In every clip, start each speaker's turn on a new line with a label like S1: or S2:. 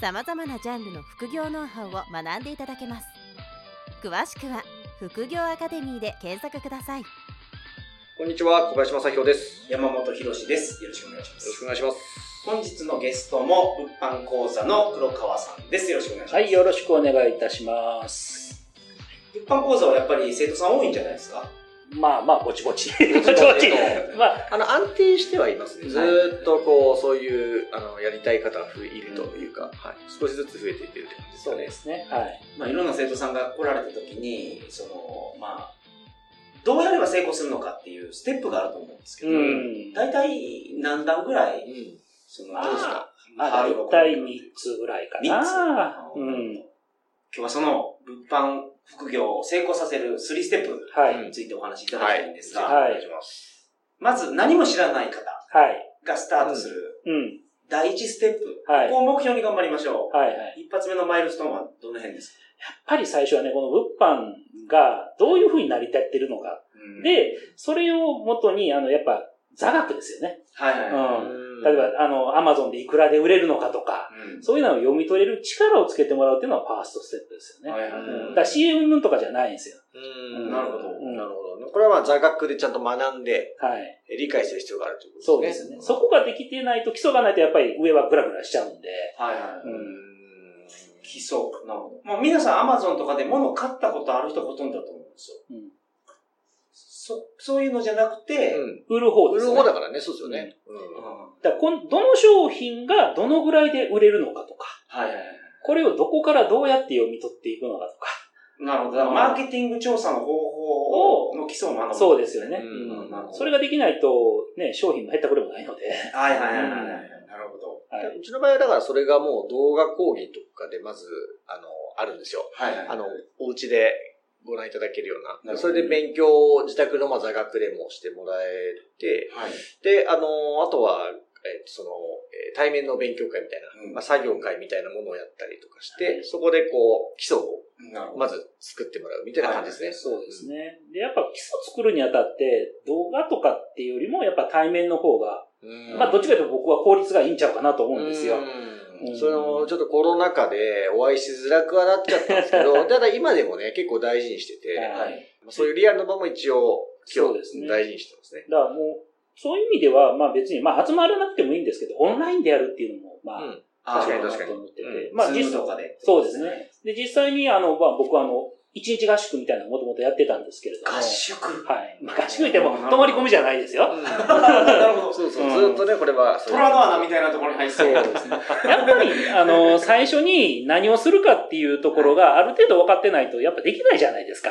S1: さまざまなジャンルの副業ノウハウを学んでいただけます詳しくは「副業アカデミー」で検索ください
S2: こんにちは、小林正宏です。
S3: 山本博史です。よろしくお願いしま
S2: よろしく
S3: す
S2: お。願いします。
S3: 本日のゲストも物販講座の黒川さんです。よろしくお願いします。
S4: はい、よろしくお願いいたします。
S3: 物販講座はやっぱり生徒さん多いんじゃないですか。
S4: まあまあ、ぼちぼち。
S2: ぼ
S4: ぼ
S2: ち
S4: ち
S2: ぼ
S4: ぼ
S2: ち
S4: ち。 まあ、
S2: あの、安定してはいますね。ずーっとこう、そういう、あの、やりたい方が増えいるというか、はい。少しずつ増えていってるって感じです
S4: そ
S2: か
S4: うで
S2: ね。
S4: すね。はい。
S3: まあいろんな生徒さんが来られた時に、そのまあどうやれば成功するのかっていうステップがあると思うんですけど、
S4: うん。
S3: 大体何段ぐらいその
S4: ま
S3: どうですか
S4: あ。、まあ、
S3: ハー
S4: 大
S3: ドル
S4: 体3つぐらいか
S3: 三つ
S4: な。う
S3: うん
S4: ん。
S3: 今日はその物販副業を成功させる3ステップ
S4: はい。
S2: うん
S3: についてお話しいただきたいんですが、
S4: はい
S2: お願いします。
S3: まず何も知らない方
S4: はい。
S3: がスタートする
S4: うん。
S3: 第一ステップ。
S4: はい
S3: ここを目標に頑張りましょう。
S4: はいはい。やっ
S3: 一発目のマイルストーンはどの辺ですか、
S4: ぱり最初はね、この物販がどういうふうに成り立ってるのか。で、それを元に、あの、やっぱ、座学ですよね。
S3: はいはい、
S4: うん
S2: うん
S4: 例え、ば、あの、アマゾンでいくらで売れるのかとか、
S3: うん
S4: そういうのを読み取れる力をつけてもらうっていうのがファーストステップですよね。
S3: はいはい
S4: う
S2: うん
S4: んだから CM 云々とかじゃないんですよ。
S2: うん
S3: なるほど
S2: うんなるほどね。これはまあ座学でちゃんと学んで、
S4: はい。
S2: え理解する必要があるという
S4: そ
S2: こと
S4: うで
S2: です
S4: す
S2: ね。
S4: ね。そこができてないと、基礎がないとやっぱり上はグラグラしちゃうんで。
S3: はいは
S4: う
S3: い。
S4: ん。
S3: 基礎。なるほど。もう皆さんアマゾンとかで物を買ったことある人ほとんどだと思うんですよ。
S4: うん
S3: そ、そういうのじゃなくて、
S2: う
S3: うん
S2: ん。
S4: 売る方
S2: 売
S4: で
S2: る
S4: すね。
S2: 方だからね、そうですよね。うん
S4: だからこんどの商品がどのぐらいで売れるのかとか、
S3: はいはいはい。
S4: これをどこからどうやって読み取っていくのかとか。
S3: なるほど。だからマーケティング調査の方法を、の基礎を学ぶ。
S4: そうですよね。
S2: う
S3: うん
S2: ん
S3: なるほど。
S4: それができないと、ね、商品も減ったくれもないので。
S3: はいはいはいはいはい。なるほど。
S4: は
S2: う
S4: い。
S2: ちの場合はだからそれがもう動画講義とかでまず、あの、あるんですよ。
S3: はいはい。
S2: あの、お家でご覧いただけるよう
S3: な
S2: な。
S3: るほ
S2: そ
S3: ど
S2: れで勉強を自宅のまあ座学でもしてもらえて、
S3: はい。
S2: で、あの、あとは、えっとその、えー対面の勉強会みたいな、
S3: うん
S2: まあ、作業会みたいなものをやったりとかして、
S4: はい
S2: そこでこう、基礎を
S3: なるほど。
S2: まず作ってもらうみたいな感じですね。
S3: はい
S4: そうですね。で、やっぱ基礎作るにあたって、動画とかっていうよりも、やっぱ対面の方が、
S2: うん
S4: まあ、どっちかというと僕は効率がいいんちゃうかなと思うんですよ。
S2: うん
S4: うん
S2: その、ちょっとコロナ禍でお会いしづらくはなっちゃったんですけ ど、ただ今でもね、結構大事にしてて、
S4: はい
S3: はい。
S2: そういうリアルの場も一応、今
S4: そうです
S2: 日
S4: ね
S2: 大事にしてますね。
S4: だからもう、そういう意味では、まあ別に、まあ集まらなくてもいいんですけど、オンラインでやるっていうのも、ま
S3: あー
S4: あ、
S2: 確かに
S4: な
S2: 確かに
S4: と思ってて、
S2: う
S4: まあ
S3: ズ
S4: 実
S3: ーム
S4: 際
S3: と、かで。
S4: そうですね。で、実際に、あの、まあ僕はあの、一日合宿みたいなのもともとやってたんですけれども。
S3: 合宿。
S4: はい。まあ合宿言っても、泊まり込みじゃないですよ。
S3: なるほど。
S2: そうそうう、
S4: ん
S2: ずーっとね、これは、そう
S3: 虎の穴みたいなところに入って
S2: そう
S3: た
S2: ですね。
S4: やっぱり、あの、最初に何をするかっていうところがある程度分かってないと、やっぱできないじゃないですか。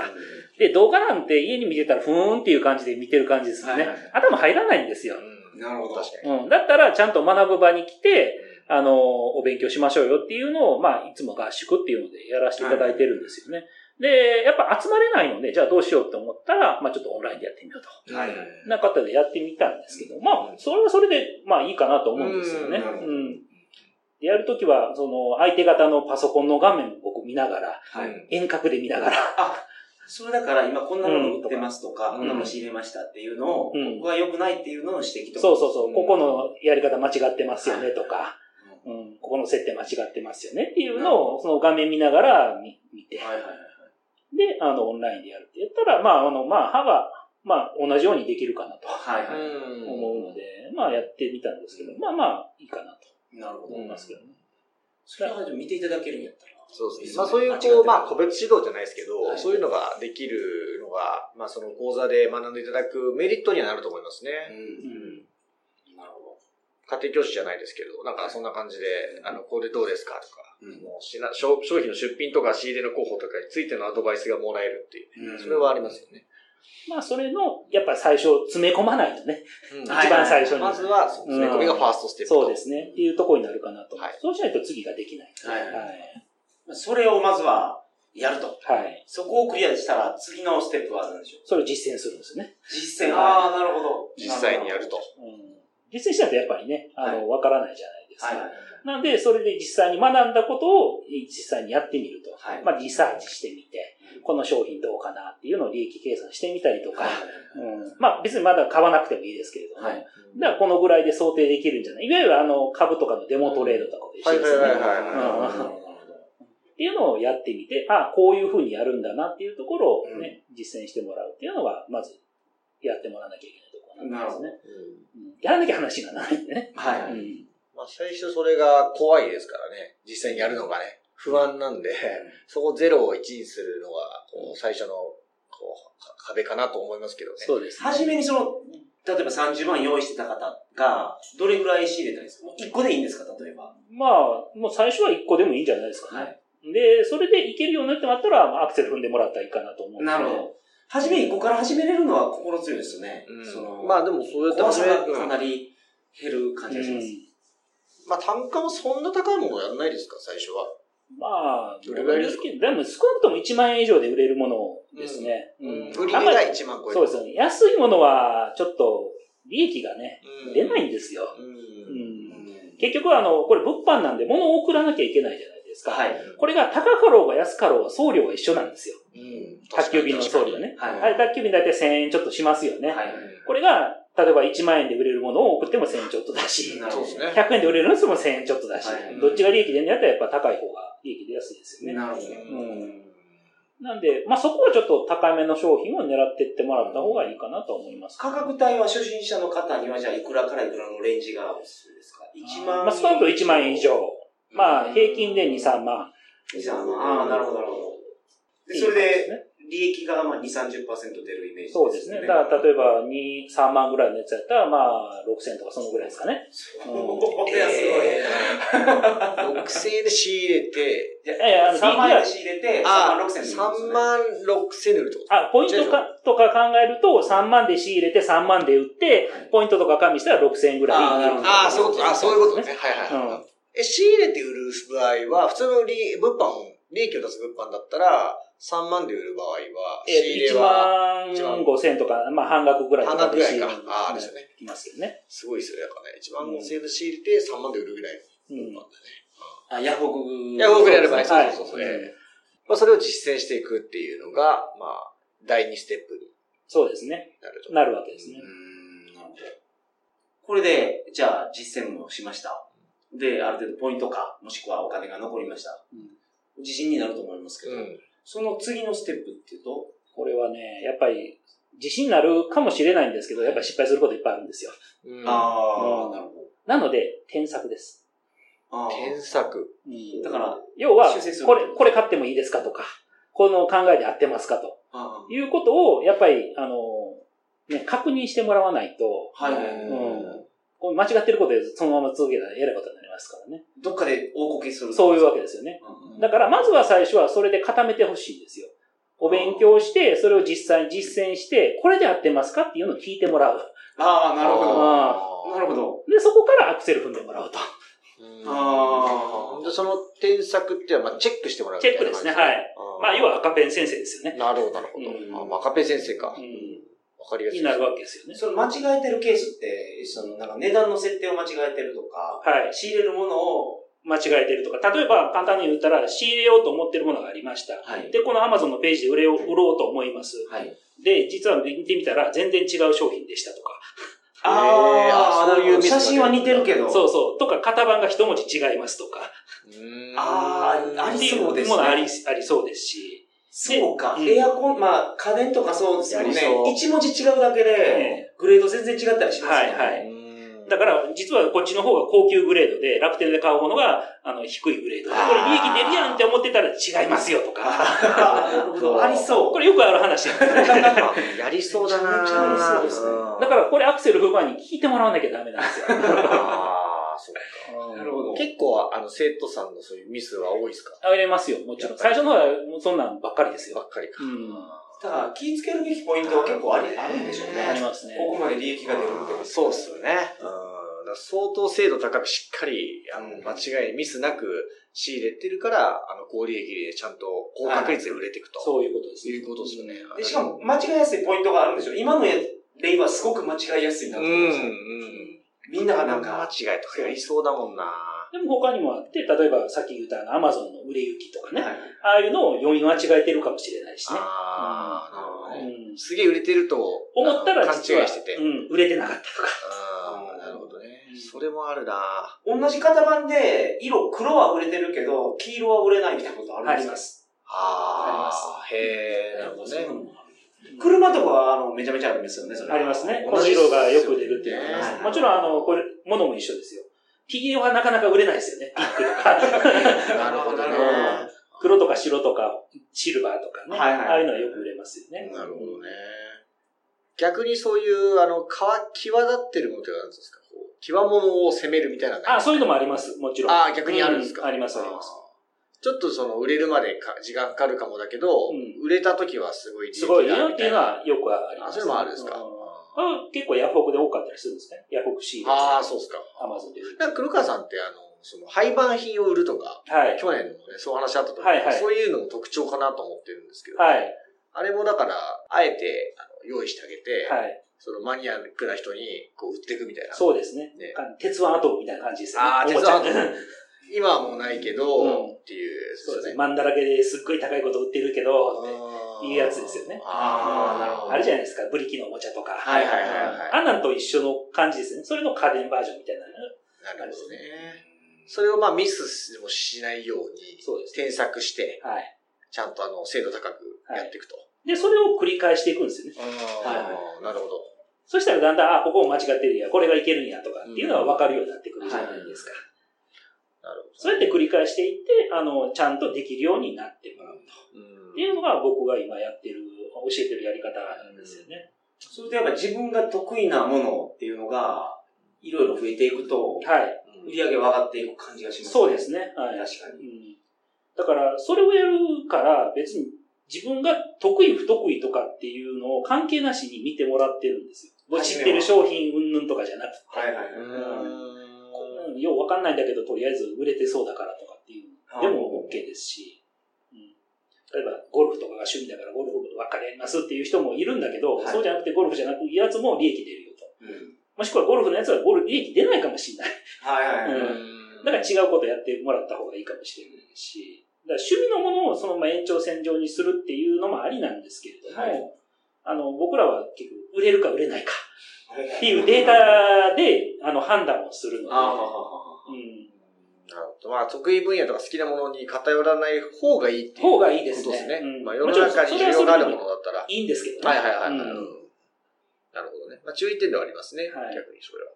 S4: で、動画なんて家に見てたら、ふーんっていう感じで見てる感じですよね。
S3: はいはいはい
S4: 頭入らないんですよ。
S2: うん
S3: なるほど
S2: 確かに。
S4: うん。だったら、ちゃんと学ぶ場に来て、あの、お勉強しましょうよっていうのを、まあ、いつも合宿っていうのでやらせていただいてるんですよね。で、やっぱ集まれないので、じゃあどうしようって思ったら、まあちょっとオンラインでやってみようと。
S3: はい。
S4: な方でやってみたんですけど、まあ、それはそれで、まあいいかなと思うんです
S3: う
S4: よね。
S3: んなるほど
S4: うん。でやるときは、その、相手方のパソコンの画面を僕見ながら、
S3: は
S2: う
S3: い。
S2: ん
S4: 遠隔で見ながら、
S3: あ、それだから今こんなもの売ってますとか、
S2: うん
S3: こんなもの仕入れましたっていうのを、こ
S4: うん
S3: こが良くないっていうのの指摘とか。
S4: そう
S3: う。
S4: そうそう、ここのやり方間違ってますよねとか、うん、ここの設定間違ってますよねっていうのを、その画面見ながら見見て、
S3: はいはいはい。
S4: で、あの、オンラインでやるって言ったら、まあ、あの、まあ、歯が、まあ、同じようにできるかなと
S3: はいは
S2: うん
S4: 思うので、まあ、やってみたんですけど、まあまあ、いいかなと
S3: い。なるほど
S4: 思。いますけどね。
S3: それは見ていただけるんやったら。
S2: そうですね。まあそういう、こう、まあ個別指導じゃないですけ
S3: は
S2: ど、
S3: い
S2: そういうのができるのが、まあその講座で学んでいただくメリットにはなると思います
S3: う
S2: ね。
S3: ん。
S4: うん。
S3: なるほ
S2: 家庭教師じゃないですけど、なんかそんな感じで、あの、これどうですかとか、
S3: ど。うん
S2: もうしな商商品の出品とか仕入れの候補とかについてのアドバイスがもらえるっていうう、
S3: ん
S2: それはありますよね。
S4: まあ、それの、やっぱり最初、詰め込まないとね、
S2: うん
S3: はい
S4: 一番最初に。
S2: まずは、そうですね。
S4: うん
S2: これがファーストステップと。
S4: そうですね、っていうところになるかなと。
S2: はい
S4: そうしないと次ができない。
S3: はいはい
S4: はい
S3: それをまずはやると。
S4: はい。
S3: そこをクリアしたら次のステップは何でしょう
S4: それを実践するんですよね。
S3: 実践あ
S2: あ
S3: あ、なるほど
S2: 実際にやると。。
S4: うん。実践したとやっぱりね、あ
S3: は
S4: の、わからないじゃないですか。
S3: はいはい
S4: なんで、それで実際に学んだことを実際にやってみると。
S3: はい
S4: まあ、リサーチしてみて、この商品どうかなっていうのを利益計算してみたりとか、
S3: はい。
S4: うん、まあ、別にまだ買わなくてもいいですけれども、
S3: はい。
S4: だからこのぐらいで想定できるんじゃないいわゆるあの、株とかのデモトレードとかと一緒ですね。
S2: はいはいはいはい
S4: はい
S3: なるほど
S4: っていうのをやってみて、あこういうふうにやるんだなっていうところをね、実践してもらうっていうのは、まずやってもらわなきゃいけないところなんですね。うんやらなきゃ話がないんでね。
S3: はいは
S4: う
S3: い。
S4: ん
S2: まあ、最初それが怖いですからね。実際にやるのがね。不安なんで、そこをゼロを1にするのが、こう、最初の、こう、か壁かなと思いますけどね。
S4: そうです、
S3: 初めにその、例えば30万用意してた方が、どれぐらい仕入れたんですかもう1個でいいんですか例えば。
S4: まあ、もう最初は1個でもいいんじゃないですかね。
S3: はい
S4: で、それでいけるようになってもらったら、まあアクセル踏んでもらったらいいかなと思うんで
S3: な
S4: すけ
S3: るほど。初め1個から始めれるのは心強いですよね。
S2: うん
S3: その、
S2: まあでもそうやって
S3: 怖さ
S2: 始め
S3: が
S2: る、
S3: かなり減る感じがします。
S2: まあ単価もそんな高いものやんないですか、最初は。
S4: うんまあ、
S2: どれぐらいですか
S4: でも少なくとも1万円以上で売れるものですね。うん
S2: 売り
S4: あ
S2: 値
S4: んまり
S2: が1万超え
S4: そうですよね。安いものは、ちょっと、利益がね、
S2: うん
S4: 出ないんですよ。
S2: う。
S4: うんん、
S3: うん
S4: 結局、あの、これ物販なんで物を送らなきゃいけないじゃないですか。
S3: はい。
S4: これが高かろうが安かろうが送料は一緒なんですよ。
S2: うん。
S4: 宅急便の送料ね。
S3: はい
S4: あれ宅急便だいたい1000円ちょっとしますよね。
S3: はい
S4: これが、例えば1万円で売れるものを送っても1000円ちょっとだし、
S3: なる
S2: そ
S3: ほ
S2: う
S3: ど
S2: ですね。
S4: 100円で売れるのも1000円ちょっとだし、
S3: はい
S4: どっちが利益出るんだったらやっぱ高い方が利益出やすいですよね。
S3: なるほど。
S4: うんなんで、まあそこはちょっと高めの商品を狙っていってもらった方がいいかなと思います。
S3: 価格帯は初心者の方には、じゃあ、いくらからいくらのレンジがおすすめですか ?1 万円。
S4: まあ少なくとも1万円以上。。まあ平均で2、3万。
S3: 2、3万。ああ、なるほど、なるほど。でそれで、利益がまあ2、30%出るイメージ
S4: そうですね。だから例えば2、3万ぐらいのやつやったら、まあ6000とかそのぐらいですかね。
S3: そう
S4: うん
S3: いや、すごい。
S2: えー6000円で仕入れて、
S4: いやいや、あの、
S3: 3万円
S4: 利益は
S3: で仕入れて、3
S2: あ
S3: 万6千円。
S2: 3万6000円で売るってこと
S4: あ、ポイントかとか考えると、3万で仕入れて3万で売って、ポイントとか加味したら6000円ぐらい。
S3: あーなるほど
S2: ああ、そういうこと、あそういうこと
S4: ね。
S2: ね。はいはいはい。
S4: うん
S2: え、仕入れて売る場合は、普通の利、物販、利益を出す物販だったら、3万で売る場合は、仕入
S4: え
S2: れ
S4: 1
S2: は
S4: 万5千とか、まあ半額ぐらいと
S2: 半
S4: か
S2: 額ぐ
S4: で
S2: ら
S4: 仕
S2: い
S4: 入れ
S2: か
S4: に。
S2: ああ、ですよね。
S4: きますよね。
S2: すごいですよね。やっぱね、1万5000円で仕入れて3万で売るぐらい
S4: うん
S2: の物販だね。
S3: あ、ヤフオク。
S2: ヤフオクでやればいい
S4: はい
S2: そうそうそうええまあ、それを実践していくっていうのが、まあ、第二ステップに
S4: そうですね。
S2: なると。
S4: なるわけですね
S3: う。んなるほどこれで、じゃあ、実践もしました。で、ある程度ポイントか、もしくはお金が残りました。自信になると思いますけど、
S2: うん。
S3: その次のステップっていうと、
S4: これはね、やっぱり自信になるかもしれないんですけど、やっぱり失敗することいっぱいあるんですよ。
S2: うん、
S3: あ
S4: う
S3: あ、
S4: ん
S3: なるほ
S4: なので、添削です。
S3: ど。あー
S2: 添削。
S3: だから、
S4: 要は
S3: 修正す、る
S4: これ、これ買ってもいいですかとか、この考えで合ってますかと
S3: あー
S4: いうことを、やっぱり、あの、ね、確認してもらわないと、
S3: はいはい、
S4: うんこう間違ってることでそのまま続けたらえらいことになりますからね。
S3: どっかで大こけする。
S4: そういうわけ
S3: で
S4: ですよね。
S3: す
S4: だから、まずは最初はそれで固めてほしいんですよ。お勉強して、それを実際に実践して、これで合ってますかっていうのを聞いてもらう。
S3: ああ、なるほど。
S2: あ
S3: な
S2: ー
S3: るほど。
S4: で、そこからアクセル踏んでもらうと。
S3: あー
S2: で、その添削っていうのは、まあ、チェックしてもらうみたいな感じ。
S4: チェックですねはい
S2: あー
S4: まあ、要は赤ペン先生ですよね。
S2: なるほど、なる
S4: うん
S2: ほど。あ、まあ、赤ペン先生か。わ
S4: う
S2: か
S4: ん。
S2: りやすい。
S4: になるわけですよね。
S3: その間違えてるケースって、そのなんか値段の設定を間違えてるとか、
S4: はい。
S3: 仕入れるものを、
S4: 間違えてるとか。例えば、簡単に言ったら、仕入れようと思ってるものがありました。
S3: はい。
S4: で、この Amazon のページで売れよう売ろうと思います。
S3: はい。
S4: で、実は見てみたら、全然違う商品でしたとか。
S3: ああ、
S2: へーあそうい
S3: なる
S2: う
S3: ほど
S2: ミスが
S3: 写真は似てるけど。
S4: そうそう。とか、型番が一文字違いますとか。
S2: うーん
S3: あーありそうですね
S4: っていものありありそうですし。
S3: そうか。
S4: うん
S3: エアコン、まあ、家電とかそうですよね
S2: やりそう。
S3: 一文字違うだけで
S4: え、
S3: グレード全然違ったりしますよね。
S4: はいはいう
S2: ーん
S4: だから、実はこっちの方が高級グレードで、楽天で買うものが、あの、低いグレードで、これ利益出るやんって思ってたら違いますよとか。
S3: あーなるほど。ありそう。
S4: これよ くある話なんですね。
S2: あやりそうだな、
S3: めちゃめちゃやりそうですね
S4: だから らこれアクセル踏む前に聞いてもらわなきゃダメなんですよ。
S2: あーそっか
S3: なるほど
S2: 結構、あの、生徒さんのそういうミスは多いですか
S4: あげれますよ、もちろん。最初のはもうそんなんばっかりです
S2: ば
S4: よ。
S2: っかりか。
S4: うん
S3: だから気ぃつけるべきポイントは結構あり、あるんでしょう
S4: あり
S3: ね。
S4: ますね。
S3: ここまで利益が出るってこと
S2: そうっすよね。うんだ相当精度高くしっかり、あの
S3: う、ん
S2: 間違い、ミスなく仕入れてるから、あの、高利益でちゃんと高確率で売れていくと。
S4: そういうことです。
S2: いうことですよね。
S3: でしかも、間違いやすいポイントがあるんでしょ今の例はすごく間違いやすいな
S2: う
S3: と
S2: ん、
S3: 思
S2: う
S3: いました。
S2: ん。
S3: みんながなんか、
S2: 間違いとかやりそうだもんな
S4: でも他にもあって、例えばさっき言ったあの Amazon の売れ行きとかね、
S3: はい
S4: ああいうのを余韻は違えてるかもしれないしね。
S2: ああ、なるほどね。
S4: うん
S2: すげえ売れてると、
S4: 思ったら
S2: 勘違い
S4: 実は
S2: してて。
S4: うん、売れてなかったとか。
S2: ああ、なるほどね
S4: うん。
S2: それもあるなあ
S3: 同じ型番で、色、黒は売れてるけど、黄色は売れないみたいなことあるんです
S2: あ
S3: あ
S2: ー、へえ、
S3: か
S2: なるほどね。
S3: 車とかは、あの、めちゃめちゃありますよね、それ。
S4: ありますね。こ
S2: 同
S4: の
S2: じ
S4: 色がよく出るっていうの
S3: ですよ
S4: は。
S3: ね
S4: もちろん、あの、これ、ものも一緒ですよ。黄色はなかなか売れないですよね。ピンクとか。
S2: なるほどね。
S4: 黒とか白とか、シルバーとかね。
S3: はいはい
S4: ああいうのはよく売れますよね。
S2: なるほどね。逆にそういう、あの、皮、際立ってるものって何ですかこう、際物を攻めるみたいなのない
S4: あ、そういうのもあります。もちろん。
S2: あー逆にあるんですか、
S4: うあります、あります。
S2: あーちょっとその、売れるまでか時間かかるかもだけど、
S4: うん
S2: 売れた時はすごい利益
S4: す
S2: が
S4: ご
S2: あ
S4: い
S2: るみた
S4: よっていうのはよくありま
S2: あ、
S4: す。
S2: それもあるんですか。
S4: う
S2: あ
S4: んうん結構ヤフオクで多かったりするんですね。ヤフオクシール
S2: あー、そうですか。
S4: アマゾンで。
S2: なんか黒川さんって、あの、その、廃盤品を売るとか、
S4: はい。
S2: 去年のね、そう話あったと思う、
S4: はいはい
S2: そういうのも特徴かなと思ってるんですけど、
S4: はい。
S2: あれもだから、あえてあの用意してあげて、
S4: はい。
S2: そのマニアックな人にこう売っていくみたいな。
S4: そうですね
S2: ね。
S4: 鉄腕アトムみたいな感じですよね。
S2: ああ、
S4: お
S2: 鉄
S4: もち
S2: 腕
S4: ゃ
S2: アトム。今はもうないけど、
S4: うん
S2: っていうやつ
S4: そうです
S2: ですよね。
S4: ね。マンダラケですっごい高いこと売ってるけど、って
S2: あー
S4: いうやつですよね
S3: あー
S2: ああ、
S3: な
S2: な
S3: る
S2: る
S3: ほ
S2: ほ
S3: ど
S2: ど。
S4: あるじゃないですか。ブリキのおもちゃとか。
S2: はいはいはいはい
S4: あんなんと一緒の感じですね。それの家電バージョンみたいな。
S2: なるほどね。それをまあミスもしないように、
S4: そうです
S2: 添削して、
S4: はい。
S2: ちゃんとあの、精度高くやっていくと。
S4: で、それを繰り返していくんですよね。
S3: はい
S2: ああ、なるほど。
S4: そしたらだんだん、あ、ここを間違ってるんや、これがいけるんやとかっていうのは分かるようになってくるじゃないですか。
S2: なるほど。
S4: そうやって繰り返していって、あの、ちゃんとできるようになってもらうと。
S2: うん
S4: っていうのが僕が今やってる、教えてるやり方なんですよね。
S3: それでやっぱ自分が得意なものっていうのが、いろいろ増えていくと、
S4: はい。
S3: 売り上げは上がっていく感じがします、
S4: そうですね。は
S3: 確
S4: い。
S3: か
S4: う
S3: に。
S4: んだから、それをやるから、別に自分が得意不得意とかっていうのを関係なしに見てもらってるんですよ。知ってる商品云々とかじゃなくて、
S3: はいはいはい。
S2: う
S4: うんようわかんないんだけど、とりあえず売れてそうだからとかっていうのでも
S3: はい
S4: OK ですし、うん例えばゴルフとかが趣味だからゴルフばっかりやりますっていう人もいるんだけど、
S3: はい
S4: そうじゃなくてゴルフじゃなくいいやつも利益出るよと。
S3: うん
S4: もしくはゴルフのやつはゴルフ利益出ないかもしれない。
S3: はいはいはい。
S4: うん
S2: ん。
S4: だから違うことやってもらった方がいいかもしれないし、だから趣味のものをそのまま延長線上にするっていうのもありなんですけれども、
S3: はい
S4: あの、僕らは結局売れるか売れないか
S3: っ
S4: っていうデータで、あの、判断をするので、
S3: ああ、
S4: うん、
S2: なるほど。まあ、得意分野とか好きなものに偏らない方がいいっていう
S4: 方がいいですね
S2: ことですね。
S4: うん
S2: まあ、世の中に需要があるものだったら。
S4: いいんですけど
S2: は
S4: ね。
S2: いはいはい、はい
S4: うん
S2: うんなるほどね。まあ、注意点ではありますね。
S4: はい
S2: 逆にそれは。
S4: っ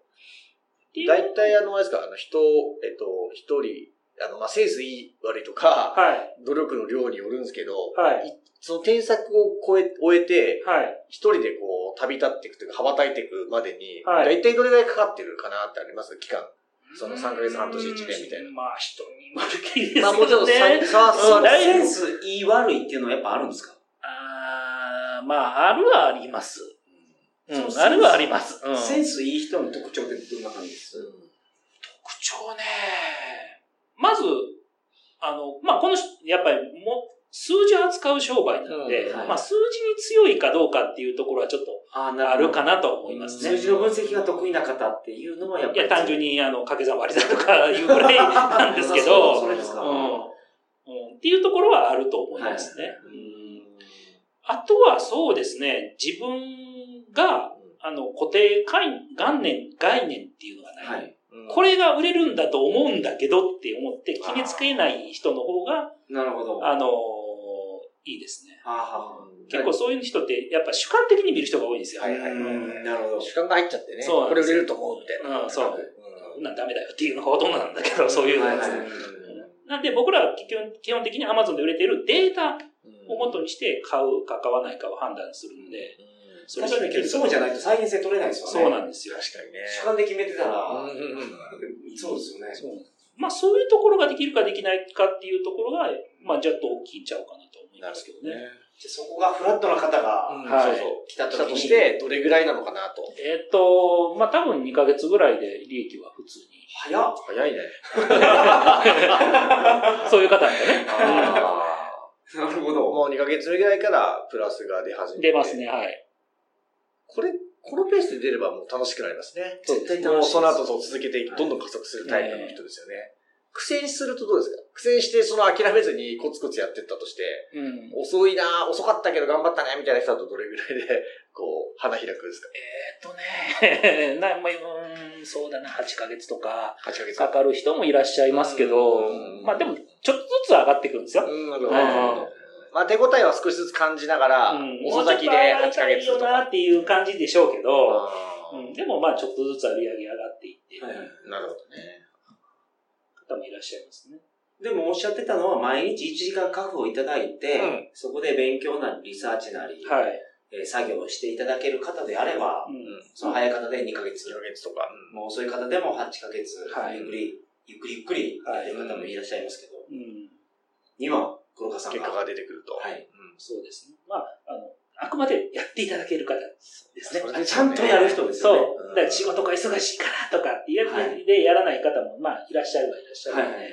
S4: ていう
S2: 大体、あの、あれですか、あの、人、えっと、一人、あの、まあ、センスいい悪いとか、
S4: はい、
S2: 努力の量によるんですけど、
S4: はい、
S2: その添削を超え、終えて、
S4: はい。
S2: 一人でこう、旅立っていくというか、羽ばたいていくまでに、
S4: はい
S2: 大体どれぐらいかかってるかなってあります期間。その3ヶ月、半年、1年みたいな。
S4: まあ、人にまるきりですけどね。
S2: まあ、もちろん、
S4: あ
S2: さ、
S4: う
S2: さ、
S4: ん
S2: さ、
S3: センス、いい悪いっていうのはやっぱあるんですか
S4: あーまあ、あるはあります。うん、あるはあります。うん
S3: センスいい人の特徴ってどんな感じです
S4: 特徴ね。まず、あの、まあ、このし、やっぱりもう、数字を扱う商売なので、
S2: うん
S3: はい
S4: まあ、数字に強いかどうかっていうところはちょっと
S3: ああ、な
S4: ある
S3: ほど
S4: かなと思います
S3: 数
S4: ね
S3: 字。の分析が得意な方っていうのはやっぱ
S4: い
S3: り。
S4: や、単純に、あの、掛け算割り算とかいうぐらいなんですけ
S3: あ そう
S4: ど、
S3: それですか。
S4: うんうんっていうところはあると思いますね。あとはそうですね、自分が、あの、固定概概念、概念っていうのがない。
S3: はい。
S4: これが売れるんだと思うんだけどって思って決めつけない人の方が、
S3: なるほど。
S4: あのーいいですね。
S3: はあはあ
S4: 結構そういう人って、やっぱ主観的に見る人が多いんですよ。
S2: はいはいううん
S3: なるほど。
S2: 主観が入っちゃってね。
S4: そうなん
S2: こ
S4: で
S2: れ
S4: す
S2: 売れると思うみたいな。
S4: うんそうこん
S2: ん
S4: なんダメだよっていうのがほとんどなんだけど、そういうのですね。
S3: はいはい
S4: なんで僕らは基本基本的に Amazon で売れてるデータを元にして買うか買わないかを判断するんで、それ
S3: 確かにそうじゃないと再現性取れないですよね。
S4: そうなんですよ。
S2: 確かにね。
S3: 主観で決めてたら、
S2: うんうんうん
S3: そうですよね。
S4: そうまあそういうところができるかできないかっていうところが、まあちょっと大きいんちゃうかなと思い
S3: 思うんですけどね。
S2: ね。
S3: じゃあそこがフラットな方
S2: うん
S3: が
S4: は
S2: そう
S4: い
S2: そう。
S3: 来た
S2: 来た
S3: 時
S2: と
S3: に、
S2: して、どれぐらいなのかなと。
S4: えっと、まあ、多分2ヶ月ぐらいで利益は普通に。
S3: 早っ。
S2: 早いね。
S4: そういう方なんでね。
S3: なるほど。
S2: もう2ヶ月ぐらいからプラスが出始めて。
S4: 出ますね、。はい。
S2: これ、このペースで出ればもう楽しくなりますね。
S4: そうです
S3: 絶対
S2: も
S3: 楽
S2: う
S3: しいです
S2: その後そう続けてい
S3: はい
S2: く、どんどん加速するタイプの人ですよね。苦戦するとどうですか苦戦して、その諦めずにコツコツやってったとして、
S4: うん。
S2: 遅いな遅かったけど頑張ったねみたいな人だとどれぐらいで、こう、花開くんですか
S4: えっとね、なまあ、うんそうだな、8ヶ月とか
S2: ?8 ヶ月
S4: かかる人もいらっしゃいますけど
S2: うん、
S4: まあでも、ちょっとずつ上がってくるんですよ。
S2: うん、なるほど
S4: はい。
S2: まあ手応えは少しずつ感じながら、
S4: うん
S2: 遅咲きで
S4: もう
S2: 8
S4: ち
S2: ヶ
S4: ょっと上がり
S2: 月と
S4: たいよな
S2: か。
S4: っていう感じでしょうけど、
S2: あ
S4: うんでもまあちょっとずつ売り上げ上がっていってる
S2: ーなるほどね。
S4: 方もいらっしゃいますね。
S3: でもおっしゃってたのは、毎日1時間確保いただいて、
S2: うんそ
S3: そこで勉強なり、リサーチなり、
S4: はい。
S3: えー作業をしていただける方であれば、
S4: うん
S3: その早い方で2ヶ月、
S2: 1ヶ月とか。
S3: もう遅い方でも8ヶ月、
S4: はい
S3: ゆっくり、ゆっくりゆっくりやってる方もいらっしゃいますけど、
S4: うん
S3: には黒川さん
S2: 結
S3: が
S2: 果が出てくると。
S3: はい
S2: うん
S4: そうですね。まあ、あの、あくまでやっていただける方ですね
S2: そ。れ
S3: あちゃんとやる人ですよね。
S4: そう。だから仕事が忙しいからとかっていうや
S3: は
S4: つでやらない方も、まあ、いらっしゃるはいらっしゃ
S3: はい
S4: るので、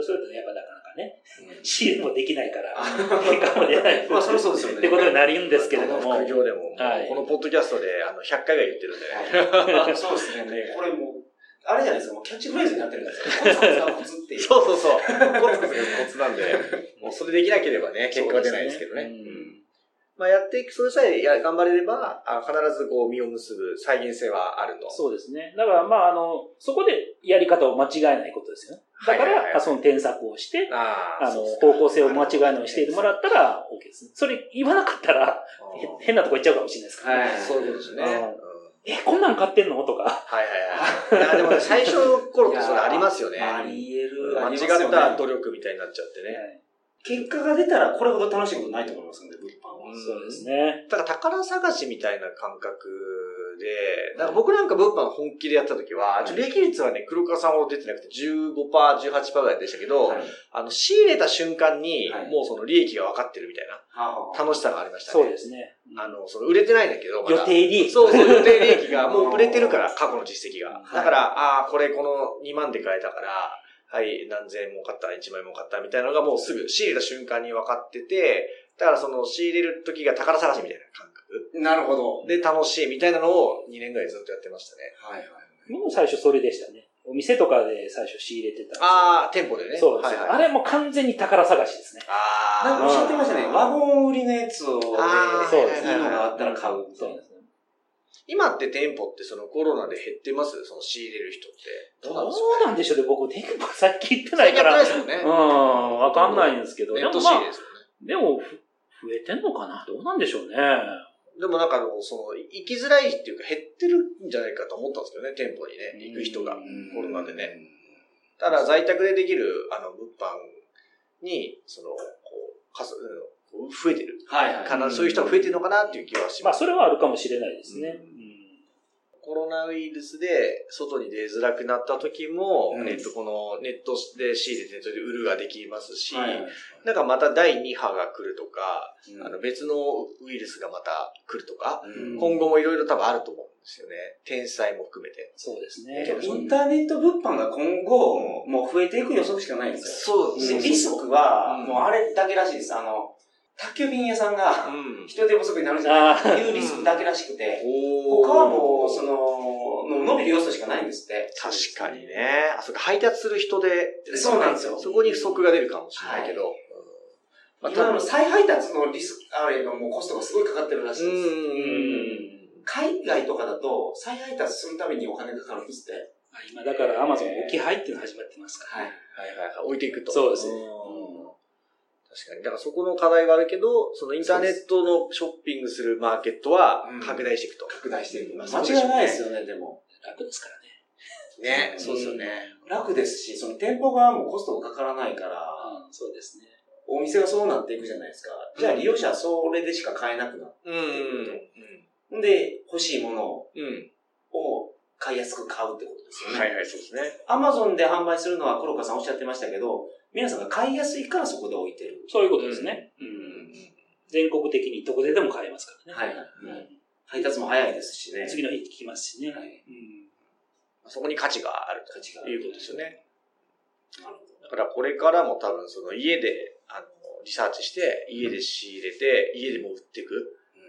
S4: そういうとやっぱなかなかね、
S2: うん
S4: 仕入れもできないから、
S3: あ
S4: 結果も出ない。
S3: まあ、それはそうですよね。
S4: ってことになるんですけれども
S2: この副業でも、もう
S4: はい
S2: このポッドキャストであの100回が言ってるんで、
S3: はいそうですね。これもう、あれじゃないですか、もうキャッチフレーズになってるんですよ。コツコツがコツっていう。
S2: そうそう そう。コツコツがコツなんで、もうそれできなければね、結果は出ないですけどね。
S4: うん
S2: まあやっていく、それさえや頑張れれば、あの必ずこう実を結ぶ再現性はあると。
S4: そうですね。だから、まあ、あの、そこでやり方を間違えないことですよね。だか
S2: はいはいはい
S4: ら、その添削をして、
S2: あ
S4: あ
S2: あ、
S4: の
S2: そうっす、か
S4: 方向性を間違えないようにしてもらったら、OK ですね。それ言わなかったら、へ変なとこ行っちゃうかもしれないですからね。
S3: はい
S2: そういうことですね。
S4: う
S2: うん
S4: ん
S2: はい
S4: え、こんなん買ってんのとか。
S2: はいはい。いやでもね、最初の頃ってそれありますよね。
S3: ありえる。
S2: 間
S3: あ
S2: 違
S3: りますよね
S2: った努力みたいになっちゃってね。
S3: 結果が出たら、これほど楽しいことないと思いますんで、物販は。
S2: うん
S4: そうですね。
S2: だから宝探しみたいな感覚で、だから僕なんか物販本気でやった時は、ちょ利益率はね、黒川さんほど出てなくて15%、18%ぐらいでしたけど、
S3: はい
S2: あの、仕入れた瞬間に
S3: はい、
S2: もうその利益が分かってるみたいな
S3: はあはあ
S2: 楽しさがありましたね。
S4: そうですね。
S2: あの、その売れてないんだけど、まだ
S4: 予定利益。
S2: そうそう、予定利益が、もう売れてるから、過去の実績が
S4: は。い
S2: だから、ああー、これこの2万で買えたから、はい、何千円儲かった、1万円儲かった、みたいなのがもうすぐ仕入れた瞬間に分かってて、だからその仕入れる時が宝探しみたいな感覚
S3: なるほど。
S2: で楽しいみたいなのを2年ぐらいずっとやってましたね。
S3: はいはい。
S4: もう最初それでしたね。お店とかで最初仕入れてたんですよ
S2: ああ、店舗でね。
S4: そうで
S2: はい
S4: すよ、
S2: はい、
S4: あれもう完全に宝探しですね。
S2: あ
S3: なんかおっしゃってましたね。
S2: うん
S3: ワゴン売りのやつをね、
S2: あー
S3: そう
S2: はいはい
S3: い
S2: はい
S3: いのがあったら買うみたいな。
S4: すね。
S2: 今って店舗ってそのコロナで減ってますその仕入れる人って。
S4: ど
S2: どうなんです
S4: うなんでしょうね。僕、店舗最近行ってないか。
S2: からら。
S4: う
S2: 最近やってないです
S4: ん、
S2: もんね。
S4: わかんないんですけど。で
S2: ネッ
S4: も
S2: ト仕
S4: ま
S2: 入れ
S4: あ
S2: で、すもんね。
S4: でも、ふ増えてんのかなどうなんでしょうね。
S2: でもなんかあの、その、い行きづらいっていうか減ってるんじゃないかと思ったんですけどね、店舗にね、行く人が
S4: う。ん
S2: コロナでね。ただ在宅でできる、あの、物販に、その、こう、かす、うんこう増えてる。
S3: はいはい。
S2: かな、そういう人が増えてるのかなっていう気はしま
S4: まあ、
S2: す。
S4: それはあるかもしれないですね。
S2: うんコロナウイルスで外に出づらくなった時も、
S3: うん
S2: ネット、この、ネットで仕入れてネットで売るができますし、
S3: はいはい
S2: なんかまた第2波が来るとか、
S3: うん
S2: あの別のウイルスがまた来るとか、
S3: うん
S2: 今後もいろいろ多分あると思うんですよね。天才も含めて。
S4: そうです
S3: え
S4: ね。
S3: ーインターネット物販が今後、もう増えていく予測しかないんです
S2: そう
S3: よ。
S4: ん
S3: で利息は
S2: う、ん
S3: もうあれだけらしいです。あの、宅急便屋さんが
S2: ん。
S3: 人手不足になるんじゃない
S4: あ
S3: か
S4: あ
S3: っていうリスクだけらしくて、
S2: お
S3: 他はもう、その、もう伸びる要素しかないんですって。
S2: 確かに。ね。あ、そうか、配達する人で、
S3: そうなんですよ
S2: そこに不足が出るかもしれないけど。うんまあ、
S3: 今
S2: 多
S3: の
S2: 分、
S3: 再配達のリスク、あれのもうコストがすごいかかってるらしい
S2: う
S3: で
S2: ん
S3: す。
S2: うんうん。
S3: 海外とかだと、再配達するためにお金がかかるんですって。
S4: 今、だからアマゾン置き配っていうの始まってますから。
S3: い。
S2: はいはいはい。置いていくと。
S4: そうですね
S2: ん確かに。だからそこの課題はあるけど、そのインターネットのショッピングするマーケットは
S3: うん
S2: 拡大していくと。
S3: 拡大していきます。
S2: 間違いないです
S3: よね、でも。
S4: 楽ですからね。
S2: ね
S3: う。ん
S2: そうですよね。
S3: 楽ですし、その店舗側もコストがかからないから、
S4: うん、そうですね。
S3: お店がそうなっていくじゃないですか。じゃあ利用者はそれでしか買えなくな
S2: うんう
S3: る。
S2: ん
S3: で、欲しいものを
S2: うん。うん。
S3: 買いやすく買うってことですよね。
S2: はいはい、そうですね。
S3: アマゾンで販売するのは黒川さんおっしゃってましたけど、皆さんが買いやすいからそこで置いてる。
S4: そういうことですね。
S2: うん。
S4: 全国的にどこででも買えますからね。
S3: はい。
S4: うん
S3: 配達も早いですしね。
S4: 次の日聞きますしね。
S3: はい
S4: うん
S2: そこに価値がある
S3: 価値があ
S2: と
S3: る
S2: いうことですよね。
S3: なるほど。
S2: だからこれからも多分その家で、あの、リサーチして、家で仕入れて、家でも売っていく。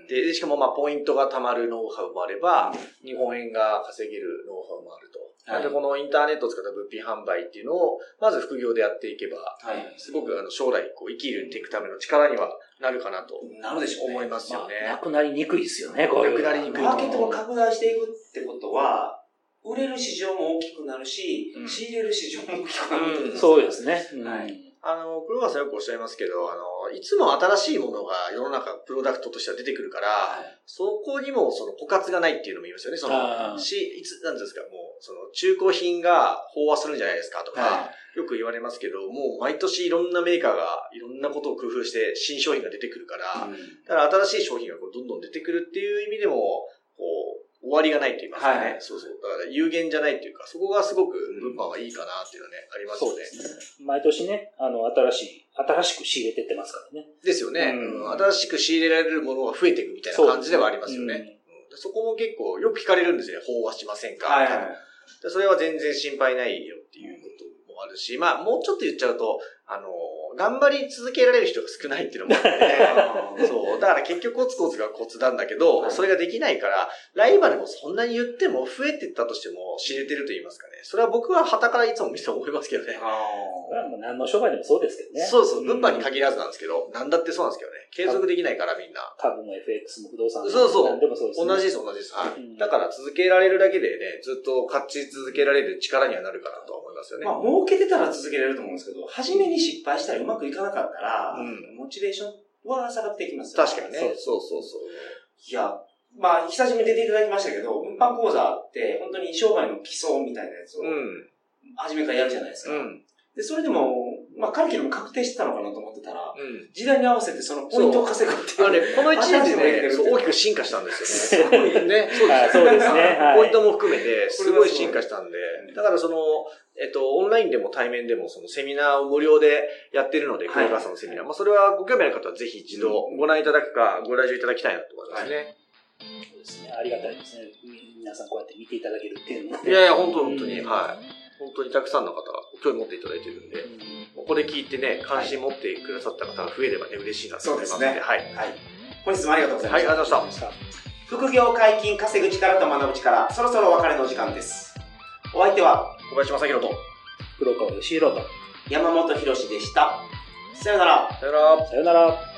S2: で、でしかもまあポイントが貯まるノウハウもあれば、日本円が稼げるノウハウもあると。
S3: はい
S2: なんでこのインターネットを使った物品販売っていうのを、まず副業でやっていけば、
S3: はい
S2: すごくあの将来こう生きるっていくための力にはなるかなと
S3: うんなるでしょうね。
S2: 思いますよね。
S4: なくなりにくいですよね、こういうの
S2: なくなりにくい
S3: マーケットが拡大していくってことは、売れる市場も大きくなるし、
S2: うん
S3: 仕入れる市場も大きくなるってことですね
S4: そうです。ね。うん
S3: はい
S2: あの、黒川さんよくおっしゃいますけど、あの、いつも新しいものが世の中、プロダクトとしては出てくるから、
S3: はい
S2: そこにもその枯渇がないっていうのも言いますよね。そ
S4: あ
S2: の、
S4: ー
S2: し、いつ、なんていうんですか、もう、その、中古品が飽和するんじゃないですかとか、
S3: は
S2: よく言われますけど、もう毎年いろんなメーカーがいろんなことを工夫して新商品が出てくるから、
S3: い。
S2: だから新しい商品がこうどんどん出てくるっていう意味でも、こう、終わりがないと言いますかね。
S3: はい
S2: そうそう。だから有限じゃないっていうか、そこがすごく物販はいいかなっていうのはね、ありますよ
S4: そう
S2: ね
S4: で。すね。毎年ね、あの、新しい、新しく仕入れてってますからね。
S2: ですよね、
S4: うん
S2: うん新しく仕入れられるものが増えていくみたいな感じではありますよね。うんでそこも結構よく聞かれるんですよね。飽和しませんか、
S3: はい。
S2: でそれは全然心配ないよっていうこともあるし、まあもうちょっと言っちゃうと、あの、頑張り続けられる人が少ないっていうのもあ って、そう。だから結局コツコツがコツなんだけど、
S3: はい
S2: それができないから、ライバルもそんなに言っても増えてったとしても知れてると言いますかね。それは僕は旗からいつも見て思いますけどね。
S4: これはもう何の商売でもそうですけどね。
S2: そうそう、物販に
S4: うん
S2: 限らずなんですけど、なんだってそうなんですけどね。継続できないからみんな。
S4: 株も FX も不動産も
S2: そうそう
S4: 何でもそうですね。
S2: 同じです、同じです。は
S4: う
S2: い。
S4: ん
S2: だから続けられるだけでね、ずっと勝ち続けられる力にはなるかなとは思いますよね。
S3: まあ、儲けてたら続けられると思うんですけど、初めに失敗したりうまくいかなかったら、
S2: うん
S3: モチベーションは下がっていきますよ
S2: 確かにね。そうそうそう。
S3: いや、まあ、久しぶりに出ていただきましたけど、運搬講座って本当に商売の基礎みたいなやつを、
S2: うん。
S3: 初めからやるじゃないですか。
S2: うん。
S3: で、それでも、まあ、カリキュラム確定してたのかなと思ってたら、
S2: うん。
S3: 時代に合わせてそのポイントを稼ぐってい
S2: あ
S3: う。
S2: のね、この1年
S3: 新しいものが出て
S2: で
S3: る
S2: ね、
S3: って
S2: そう大きく進化したんですよね。
S4: すごい
S2: ね。そう
S4: は
S2: で
S4: い
S2: す
S4: そ
S2: よ
S4: う
S2: ね
S4: ですね。はい
S2: ポイントも含めて、すごい進化したんで
S3: うん、
S2: だからその、えっと、オンラインでも対面でも、そのセミナーを無料でやってるので、
S3: はい
S2: 黒川さんのセミナー。まあ、それはご興味ある方はぜひ一度ご覧いただくか、ご来場いただきたいなと思いますね。
S4: そうですね。ありがたいですね。み皆さんこうやって見ていただけるっていうのはね
S2: いやいや、本当本当に、
S4: うん
S2: はい。本当にたくさんの方が興味持っていただいてるんで、ここで聞いてね、関心持ってくださった方が増えればね、嬉しいなと思いますので、
S3: そうですね
S2: はい。
S3: はい。本日もありがとうございま
S2: はい、
S3: した。
S2: ありがとうございました。
S4: さあ
S3: 副業解禁稼ぐ力と学ぶ力、そろそろお別れの時間です。お相手は
S2: 小林正宏と。
S4: 黒川義弘と。
S3: 山本博史でした。さよなら。
S2: さよなら。
S4: さよなら。